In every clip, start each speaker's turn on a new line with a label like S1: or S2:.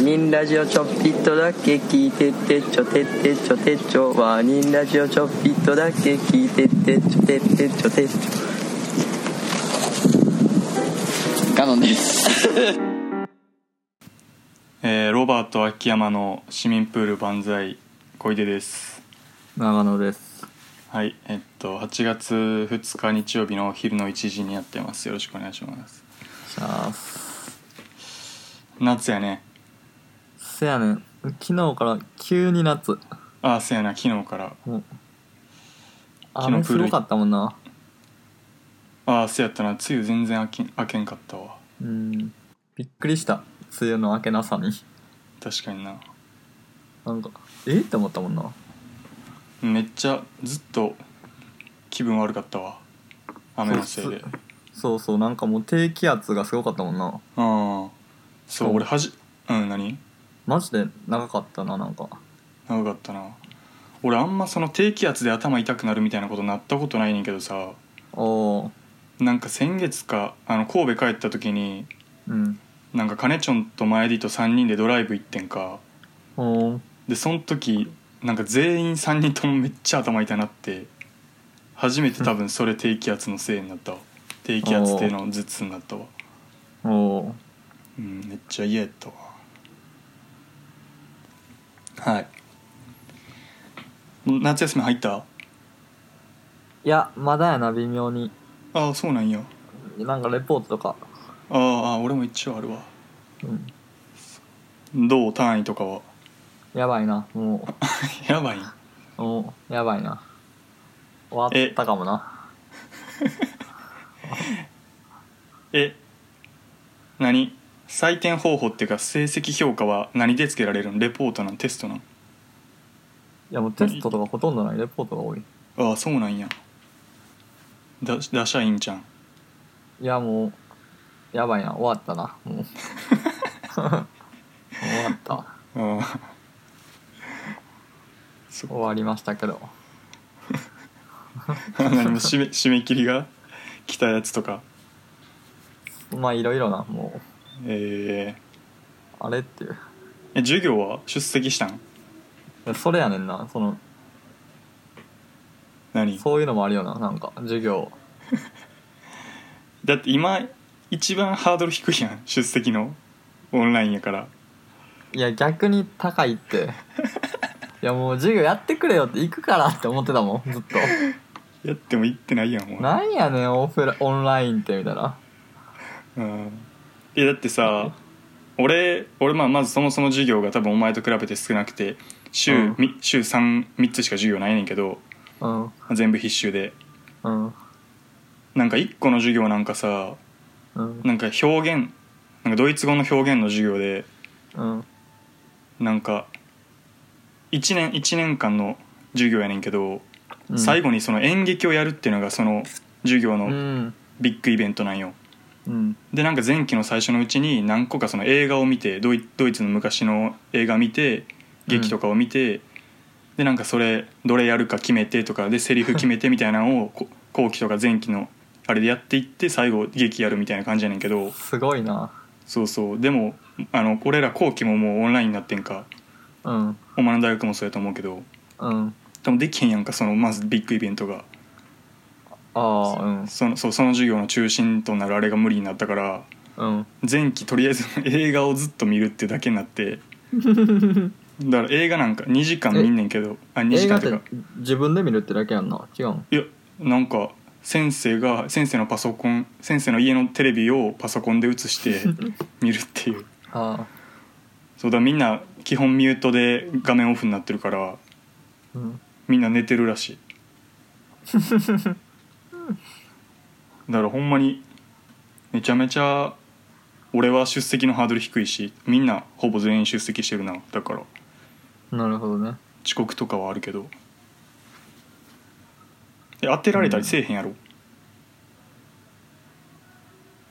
S1: 人ラジオちょっぴっとだけ聞いてってちょてってちょてっちょワーニンラジオちょっぴっとだけ聞いてってちょてってちょてっちょ
S2: ガノンです
S3: えーロバート秋山の市民プール万歳小出です
S1: 長野です
S3: はいえっと8月2日日曜日の昼の1時にやってますよろしくお願いします
S1: シャース
S3: 夏やね
S1: せやねん昨日から急に夏
S3: ああせやな昨日から
S1: もう
S3: 昨日
S1: 雨
S3: プ
S1: す
S3: ール
S1: ごかったもんな
S3: ああせやったな梅雨全然明け明けんかったわ
S1: うんびっくりした梅雨の明けなさに
S3: 確かにな
S1: なんかえって思ったもんな
S3: めっちゃずっと気分悪かったわ雨のせいで
S1: そうそうそうなんかもう低気圧がすごかったもんな
S3: うんそう俺はじうん何
S1: マジで長かったななんか
S3: 長かったな俺あんまその低気圧で頭痛くなるみたいなことなったことないねんけどさ
S1: おー
S3: なんか先月かあの神戸帰った時に
S1: うん
S3: なんかカネチョンと前ディと3人でドライブ行ってんか
S1: おー
S3: でその時なんか全員3人ともめっちゃ頭痛なって初めて多分それ低気圧のせいになったわ低気圧での頭痛になったわ
S1: おー
S3: うんめっちゃ嫌やったわはい夏休み入った
S1: いやまだやな微妙に
S3: ああそうなんや
S1: なんかレポートとか
S3: あーあー俺も一応あるわ
S1: うん
S3: どう単位とかは
S1: やばいなも
S3: やばいん
S1: うもうやばいな終わったかもな
S3: え何採点方法っていうか成績評価は何でつけられるんレポートなんテストなん
S1: いやもうテストとかほとんどないレポートが多い
S3: ああそうなんやだ出しゃいいんじゃん
S1: いやもうやばいな終わったなもう 終わった
S3: あ あそ
S1: 終わりましたけど
S3: あ何も締め締め切りが来たやつとか
S1: まあいろいろなもう
S3: え
S1: あれっていう
S3: ーえ授業は出席したん
S1: いやそれやねんなその
S3: 何
S1: そういうのもあるよななんか授業
S3: だって今一番ハードル低いやん出席のオンラインやから
S1: いや逆に高いっていやもう授業やってくれよって行くからって思ってたもんずっと
S3: やっても行ってないやんもう
S1: なんやねんオフラオンラインってみたいな
S3: うんえだってさ俺俺まあまずそもそも授業が多分お前と比べて少なくて
S1: う
S3: 週,、
S1: ん
S3: み週 3, 3つしか授業ないねんけど
S1: うん
S3: 全部必修で
S1: うん
S3: なんか1個の授業なんかさ
S1: うん
S3: なんか表現なんかドイツ語の表現の授業で
S1: うん
S3: なんか1年1年間の授業やねんけ
S1: う
S3: ど、
S1: ん
S3: 最後にその演劇をやるっていうのがその授業
S1: う
S3: の
S1: ん
S3: ビッグイベントなんよ、
S1: うん
S3: でなんか前期の最初のうちに何個かその映画を見てドイドイツの昔の映画見て劇とかを見て、でなんかそれどれやるか決めてとかでセリフ決めてみたいなのをこ後期とか前期のあれでやっていって最後劇やるみたいな感じやねんけど
S1: すごいな
S3: そうそうでもあの俺ら後期ももうオンラインになってんか
S1: うん
S3: お前の大学もそうやと思うけど
S1: うん
S3: でもできへんやんかそのまずビッグイベントが
S1: ああうん
S3: そのそうその授業の中心となるあれが無理になったから
S1: うん
S3: 前期とりあえず映画をずっと見るっていうだけになってだから映画なんか2時間見んねんけどあ2
S1: 映
S3: 時
S1: 画っ
S3: 間と
S1: て
S3: か
S1: 自分で見るってだけやんな違うん
S3: いやなんか先生が先生のパソコン先生の家のテレビをパソコンで映して見るっていう
S1: ああ
S3: そうだみんな基本ミュートで画面オフになってるから
S1: うん
S3: みんな寝てる らしいだからほんまにめちゃめちゃ俺は出席のハードル低いしみんなほぼ全員出席してるなだから
S1: なるほどね
S3: 遅刻とかはあるけどえ当てられたりせえへんやろ、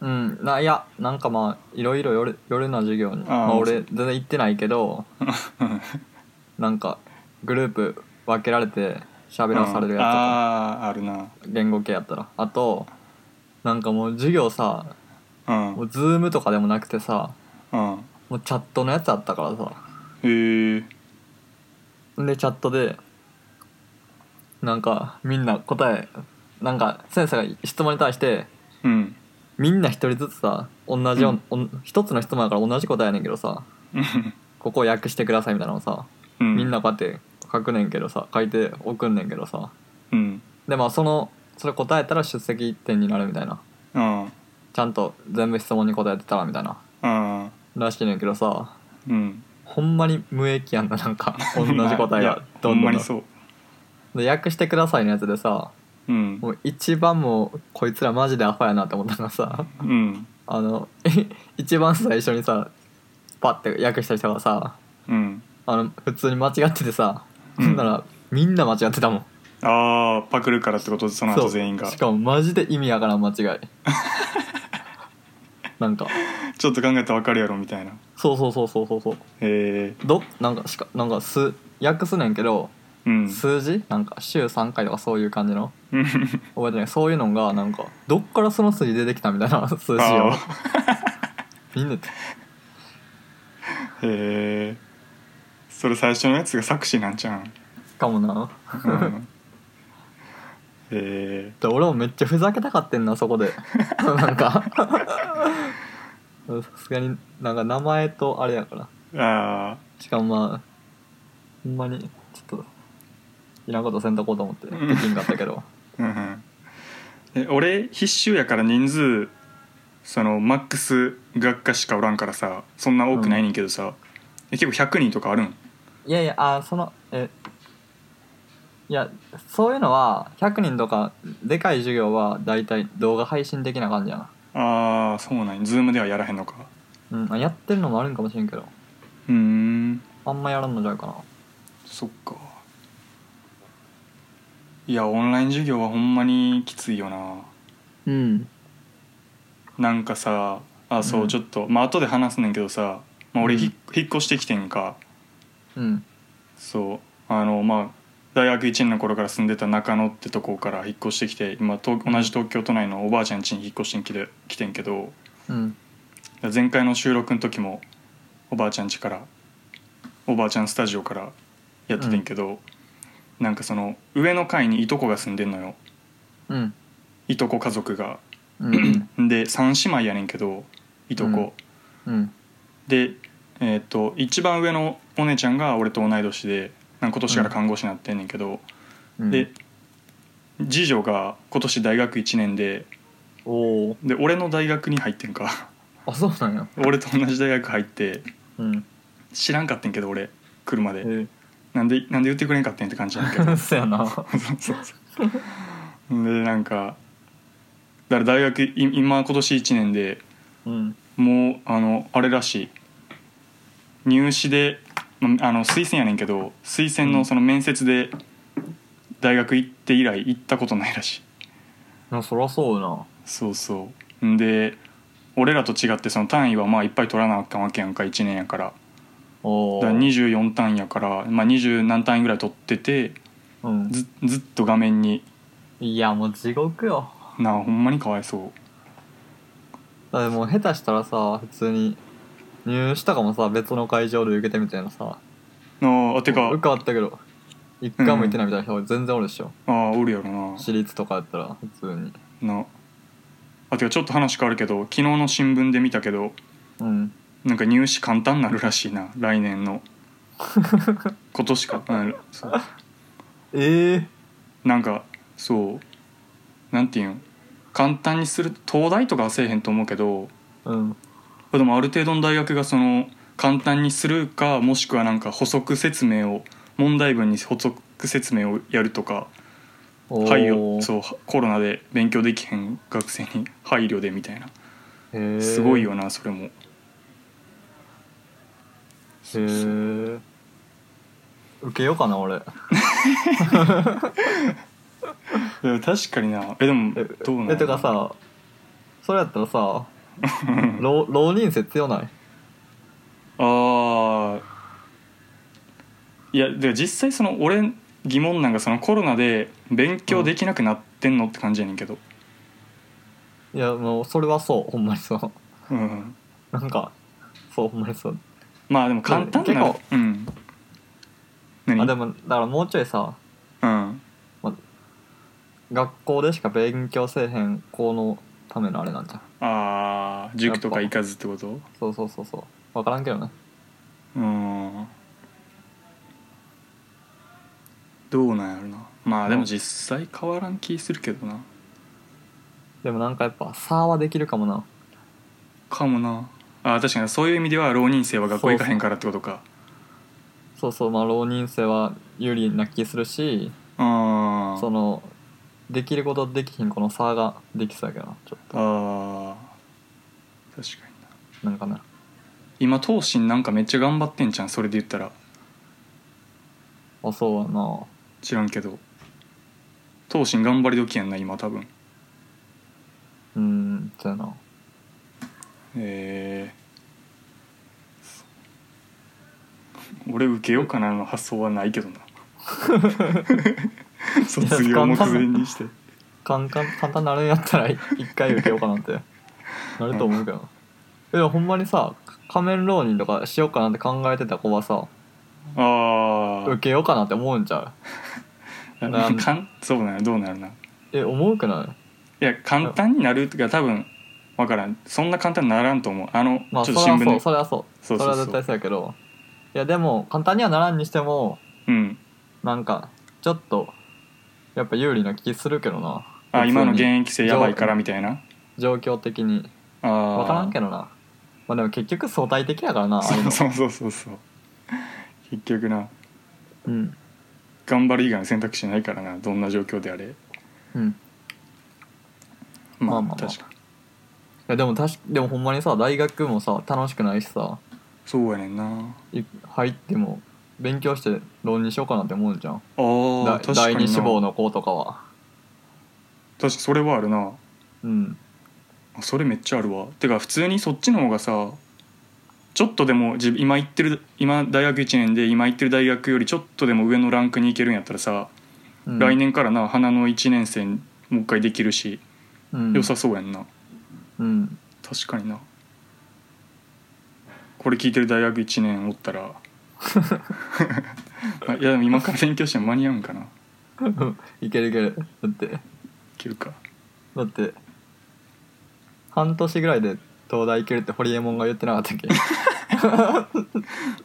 S1: うんないやなんかまあいろいろ夜夜の授業に
S3: あー
S1: まあ、俺全然行ってないけ どなんかグループ分けられて喋らされるや
S3: あああるな
S1: つとか言語系やったらあとなんかもう授業さ
S3: うん
S1: もうズームとかでもなくてさ
S3: うん
S1: ももうチャットのやつあったからさ
S3: へー
S1: でチャットでなんかみんな答えなんか先生が質問に対して
S3: うん
S1: みんな一人ずつさ同じよう、おん一つの質問やから同じ答えやねんけどさ
S3: うん
S1: ここを訳してくださいみたいなのをさ、
S3: う ん
S1: みんなこうやって書くねんけどさ書いて送んねんけどさ
S3: うん
S1: でまあそのそれ答えたら出席点になるみたいな
S3: あ
S1: ちゃんと全部質問に答えてたらみたいな
S3: あああ
S1: らしいねんけどさ
S3: うん
S1: ほんまに無益やんななんか 同じ答え
S3: いや
S1: が
S3: ほ
S1: どん
S3: ん
S1: ど
S3: ま
S1: ん
S3: にそう
S1: で訳してくださいのやつでさ
S3: うん
S1: もう一番もうこいつらマジでアホやなって思ったのがさ
S3: うん
S1: あの 一番最初にさパッて訳した人がさ
S3: うん
S1: あの普通に間違っててさ、
S3: うん
S1: ほんならみんな間違ってたもん
S3: ああパクるからってことその
S1: そ
S3: 後
S1: う
S3: 全員が
S1: しかもマジで意味やからん間 違いなんか
S3: ちょっと考えたらわかるやろみたいな
S1: そうそうそうそうそうそう
S3: へえ
S1: どなんかしかなんか数訳すねんけど、
S3: うん
S1: 数字なんか週3回とかそういう感じの
S3: うん
S1: 覚えてないそういうのがなんかどっからその数字出てきたみたいな数字を
S3: あ
S1: みんなで
S3: ーへえそれ最初のやつが作詞なんじゃん、
S1: かもな
S3: うん、へ
S1: で俺もめっちゃふざけたかってんなそこで なんか さすがになんか名前とあれやから
S3: えああ
S1: しかもまあほんまにちょっといらんことせんとこうと思ってできんかったけど
S3: うんうん、で俺必修やから人数そのマックス学科しかおらんからさそんな多くないねんけどさ、え結構100人とかあるん
S1: いやいやあそのえいやそういうのは100人とかでかい授業は大体動画配信的な感じやな
S3: ああそうなんやズームではやらへんのか
S1: うんあやってるのもあるんかもしれんけど
S3: うーん
S1: あんまやらんのじゃないかな
S3: そっかいやオンライン授業はほんまにきついよな
S1: うん
S3: なんかさあそう、
S1: うん
S3: ちょっとまあ後で話すねんけどさ、まあ、俺ひ、
S1: うん
S3: 引っ越してきてんか
S1: うん
S3: そうあのまあ大学1年の頃から住んでた中野ってとこから引っ越してきて今東同じ東京都内のおばあちゃん家に引っ越してきて来てんけど
S1: うん
S3: 前回の収録の時もおばあちゃん家からおばあちゃんスタジオからやっててんけど、なんかその上の階にいとこが住んでんのよ
S1: うん
S3: いとこ家族が
S1: うん
S3: で3姉妹やねんけどいとこ、
S1: うんうん
S3: でえーっと一番上のお姉ちゃんが俺と同い年でなんか今年から看護師になってんねんけど、
S1: うん
S3: で次女が今年大学1年で
S1: おお
S3: で俺の大学に入ってんか
S1: あそうなんや
S3: 俺と同じ大学入って
S1: うん
S3: 知らんかってんけど俺車で
S1: え
S3: なんでなんで言ってくれんかってんって感じなんだけ
S1: ー
S3: ど
S1: そやな
S3: そうそうそうでなんかだから大学い今今年1年で
S1: うん
S3: もうあのあれらしい入試でまあの推薦やねんけど推薦のその面接で大学行って以来行ったことないらしい
S1: なそらそうよ
S3: そうそうんで俺らと違ってその単位はまあいっぱい取らなあかんわけやんか1年やから
S1: なお
S3: だ
S1: お
S3: から24単位やから、まあ、20何単位ぐらい取ってて
S1: うん
S3: ずずっと画面に
S1: いやもう地獄よ
S3: なあほんまにかわいそ
S1: だってもう下手したらさ普通に入試とかもさ別の会場で受けてみたいなさ
S3: うああてか
S1: 受かったけど一回も行ってないみたいな人全然おるでしょ、
S3: ああおるやろな
S1: 私立とかやったら普通に
S3: なあてかちょっと話変わるけど昨日の新聞で見たけど
S1: うん
S3: なんか入試簡単になるらしいな来 年の今年かうんそう
S1: ええ
S3: なんかそうなんていうん簡単にする東大とかはせえへんと思うけど
S1: うん
S3: でもある程度の大学がその簡単にするかもしくはなんか補足説明を問題文に補足説明をやるとか
S1: おー
S3: 配慮そうコロナで勉強できへん学生に配慮でみたいな
S1: へー
S3: すごいよなそれも
S1: へえ受けようかな俺
S3: いや確かになえでも
S1: え
S3: どうなの
S1: えてかさそれやったら さ浪浪人生強ない
S3: ああいやでも実際その俺疑問なんかそのコロナで勉強できなくなってんのって感じやねんけど、
S1: いやもうそれはそうほんまにそう
S3: うん、
S1: なんかそうほんまにそう
S3: まあでも簡単な
S1: 結構
S3: うん何
S1: あでもだからもうちょいさ
S3: うん
S1: 学校でしか勉強せえへん子のためのあれなんじゃん
S3: あー塾とか行かずってこと
S1: そうそうそうそう分からんけどね
S3: うんどうなんやろなまあでも実際変わらん気するけどな
S1: でもなんかやっぱ差はできるかもな
S3: かもなあー確かにそういう意味では浪人生は学校行かへんからってことか
S1: そうそうまあ浪人生は有利な気するし
S3: あ
S1: そのできることできひんこの差ができそうやけどなちょっ
S3: ああー確かにな
S1: となんかね
S3: 今東進なんかめっちゃ頑張ってんじゃんそれで言ったら
S1: あそうやな
S3: 知らんけど東進頑張り時やんな今多分
S1: うんそうやな
S3: えー俺受けようかなの発想はないけど な卒業目前にして
S1: 簡単簡単なあれやったら一回受けようかなってなると思うけどなえでもほんまにさ仮面浪人とかしようかなって考えてた子はさ
S3: あ
S1: 受けようかなって思うんちゃ
S3: あ
S1: なん
S3: かんそうなのどうなるないう
S1: え思うくない
S3: や簡単になるが多分わからんそんな簡単にならんと思うあの、
S1: まあ
S3: ち
S1: そ
S3: ょっ
S1: れ
S3: と新
S1: はそう
S3: 聞で
S1: それはそうそ
S3: そ
S1: う
S3: そうそう
S1: れは絶対そうやけどいやでも簡単にはならんにしても
S3: うん
S1: なんかちょっとやっぱ有利な気するけどな
S3: あ今の
S1: 普通に
S3: 現役生やばいからみたいな
S1: 状況的に
S3: ああ
S1: 分からんけどなまあでも結局相対的やからなああいうの
S3: そうそうそうそうそう結局な
S1: うん
S3: 頑張る以外の選択肢ないからなどんな状況であれ
S1: うん
S3: ま
S1: ま
S3: あ
S1: あまあまあ
S3: 確かに
S1: いやでもたしでもほんまにさ大学もさ楽しくないしさ
S3: そうやねんな
S1: 入入っても勉強して浪人しようかなって思うんじゃん
S3: あー
S1: だ
S3: 確かにな
S1: 第二志望の子とかは
S3: 確かにそれはあるな
S1: うん
S3: あそれめっちゃあるわてか普通にそっちの方がさちょっとでも自分今行ってる今大学1年で今行ってる大学よりちょっとでも上のランクに行けるんやったらさ、
S1: うん
S3: 来年からな花の1年生もう一回できるし、
S1: うん
S3: 良さそうやんな
S1: うん
S3: 確かになこれ聞いてる大学1年おったらあいやでも今から勉強しても間に合うんかない
S1: けるいけるだって
S3: 切るか
S1: だって半年ぐらいで東大行けるってホリエモンが言ってなか ったっけ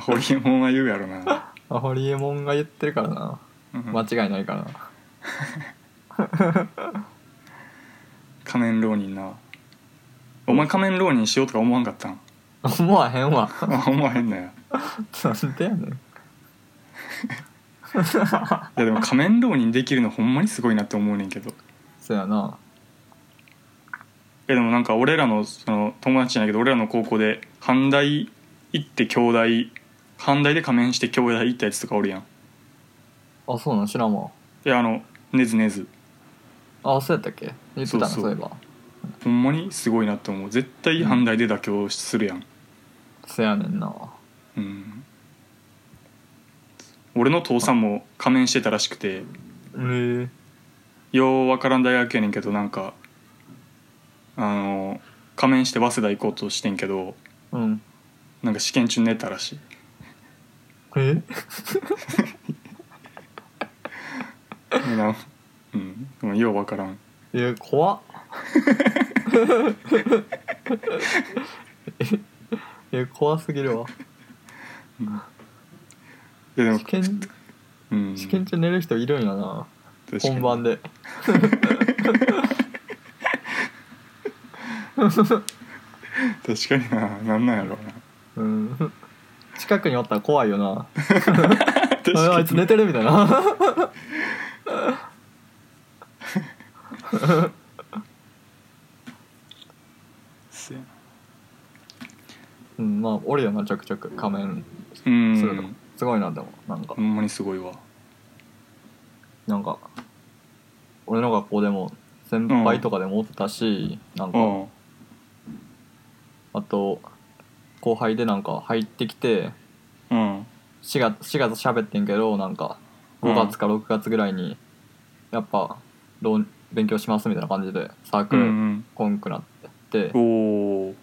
S3: ホリエモンは言うやろな、
S1: あホリエモンが言ってるからな
S3: うん
S1: 間違いないからな
S3: 仮面浪人なお前仮面浪人しようとか思わんかったん
S1: 思わへんわ
S3: あ思わへんなよ
S1: なんでやねん
S3: いやでも仮面浪人できるのほんまにすごいなって思うねんけどい
S1: そやな
S3: やでもなんか俺らのその友達じゃないけど俺らの高校で阪大行って京大阪大で仮面して京大行ったやつとかおるやんい
S1: あそうなん知らんわ
S3: やあのねずねず
S1: あそうやったっけ言ってたな
S3: そ
S1: そうう
S3: そう
S1: いえば
S3: ほんまにすごいなって思う絶対阪大で妥協するやん
S1: そやねんな
S3: うん俺の父さんも仮面してたらしくて
S1: えー、
S3: ようわからん大学やねんけどなんかあの仮面して早稲田行こうとしてんけど
S1: うん
S3: なんか試験中寝た らしい
S1: え
S3: でなうんでもようわからん
S1: い や怖っえいや怖すぎるわ
S3: ででも
S1: 試、験
S3: うん、
S1: 試験中寝る人いるんやな
S3: 確かに
S1: 本番で
S3: 確かにななんなんやろう
S1: う
S3: な
S1: ん 近くにおったら怖いよな
S3: 確
S1: あ
S3: か
S1: あい
S3: に
S1: つ寝てるみたいな
S3: せやな
S1: うんまあおるよなちょくちょく仮面
S3: う
S1: するの
S3: ん
S1: すごいなでもなんか
S3: ほんまにすごいわ
S1: なんか俺の学校でも先輩とかでもおったし、なん
S3: う
S1: か、
S3: ん
S1: あと後輩でなんか入ってきて
S3: うん
S1: 4月4月喋ってんけどなんか
S3: うん
S1: 5月か6月ぐらいにやっぱ浪勉強しますみたいな感じでサーク
S3: うんう
S1: ル
S3: ん
S1: コンクなってて、
S3: おお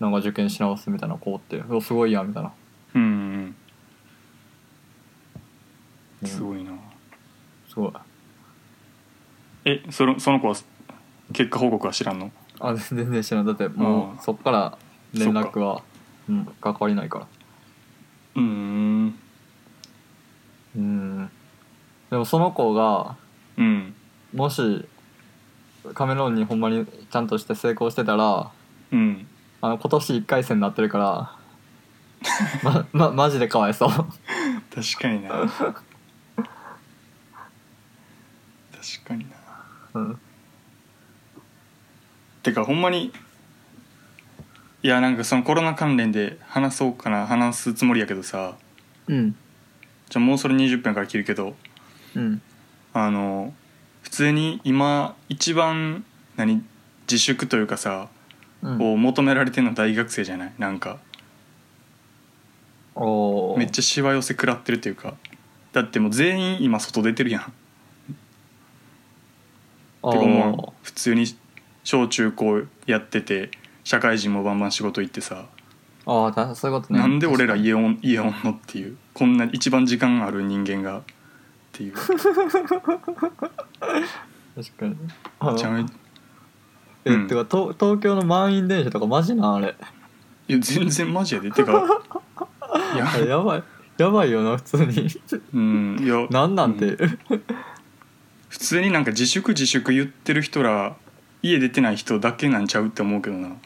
S1: なんか受験し直すみたいな子ってうわすごいやみたいな、
S3: うん
S1: う
S3: うんんすごいな
S1: すごい
S3: えそのその子は結果報告は知らんの
S1: あ 全然知らないだっても
S3: あ
S1: うそっから連絡は、うん、関わりないから
S3: うん
S1: うんでもその子が
S3: うん
S1: もしカメロンにほんまにちゃんとして成功してたら
S3: うん
S1: あの今年1回戦になってるから ま、 ま、マジでかわいそう
S3: 確かにな確かに
S1: う
S3: な
S1: ん
S3: てかほんまにいやなんかそのコロナ関連で話そうかな話すつもりやけどさ
S1: うん
S3: じゃあもうそれ20分から切るけど
S1: うん
S3: あの普通に今一番何自粛というかさ、
S1: うん
S3: を求められてるのは大学生じゃないなんか
S1: おー
S3: めっちゃしわ寄せ食らってるというかだってもう全員今外出てるやん
S1: お
S3: てか
S1: ー
S3: もう普通に小中高やってて社会人もバンバン仕事行ってさ、
S1: ああだそういうことね
S3: なんで俺ら家おん家おんのっていうこんな一番時間ある人間がっ ていう
S1: 確かにあ
S3: ちゃ
S1: の
S3: めい
S1: え
S3: うん
S1: ってか東東京の満員電車とかマジな あれ
S3: や全然マジやでてかい や
S1: あれやばいやばいよな普通に
S3: うんいや
S1: なんなん
S3: う
S1: て
S3: 普通になんか自粛自粛言ってる人ら家出てない人だけなんちゃうって思うけどな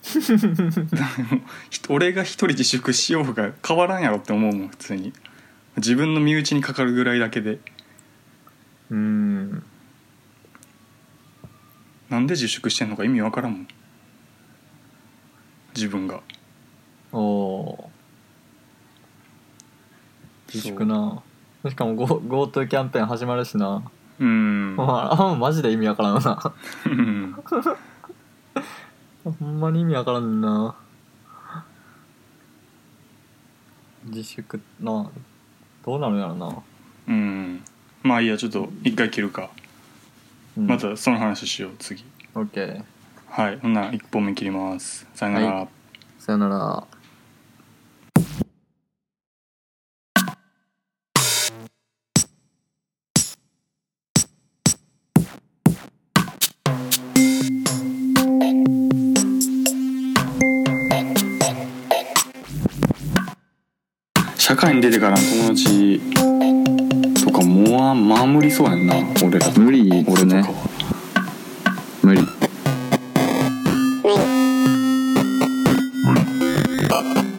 S3: ひ俺が一人自粛しようが変わらんやろって思うもん普通に自分の身内にかかるぐらいだけで
S1: うん
S3: なんで自粛してんのか意味わからんもん自分が
S1: おおー自粛なしかも Go- GoTo キャンペーン始まるしな、
S3: そううん
S1: まああマジで意味わからんな
S3: うん
S1: ほんまに意味わからんな自粛などうなるんやろな、
S3: うんまあいいやちょっと一回切るか、
S1: うん、
S3: またその話しよう次
S1: OK
S3: はいほんなら1本目切りますさよなら、
S1: はいさよなら
S4: 社会に出てからの友達とかもうまあ無理そうやんな俺ら
S5: 無理です
S4: 俺と
S5: ね
S4: かは
S5: 無理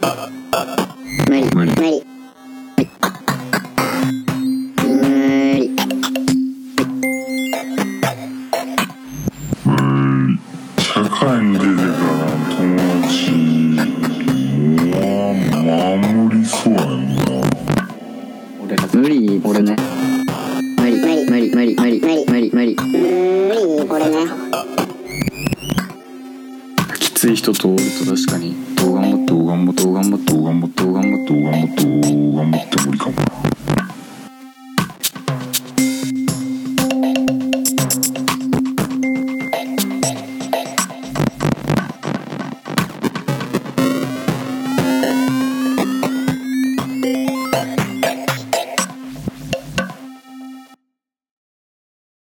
S6: 社会に出てから友
S7: 無理無理無理無理
S6: 達は守りそうやんな
S4: 俺ら
S5: 無理俺ね
S7: 無理無理
S5: 無理無理無理無理無理無理
S7: 無理これね
S4: きつい人と確かにどう頑張っても
S6: どう頑張ってもどう頑張ってもどう頑張ってもどう頑張っても無理かもな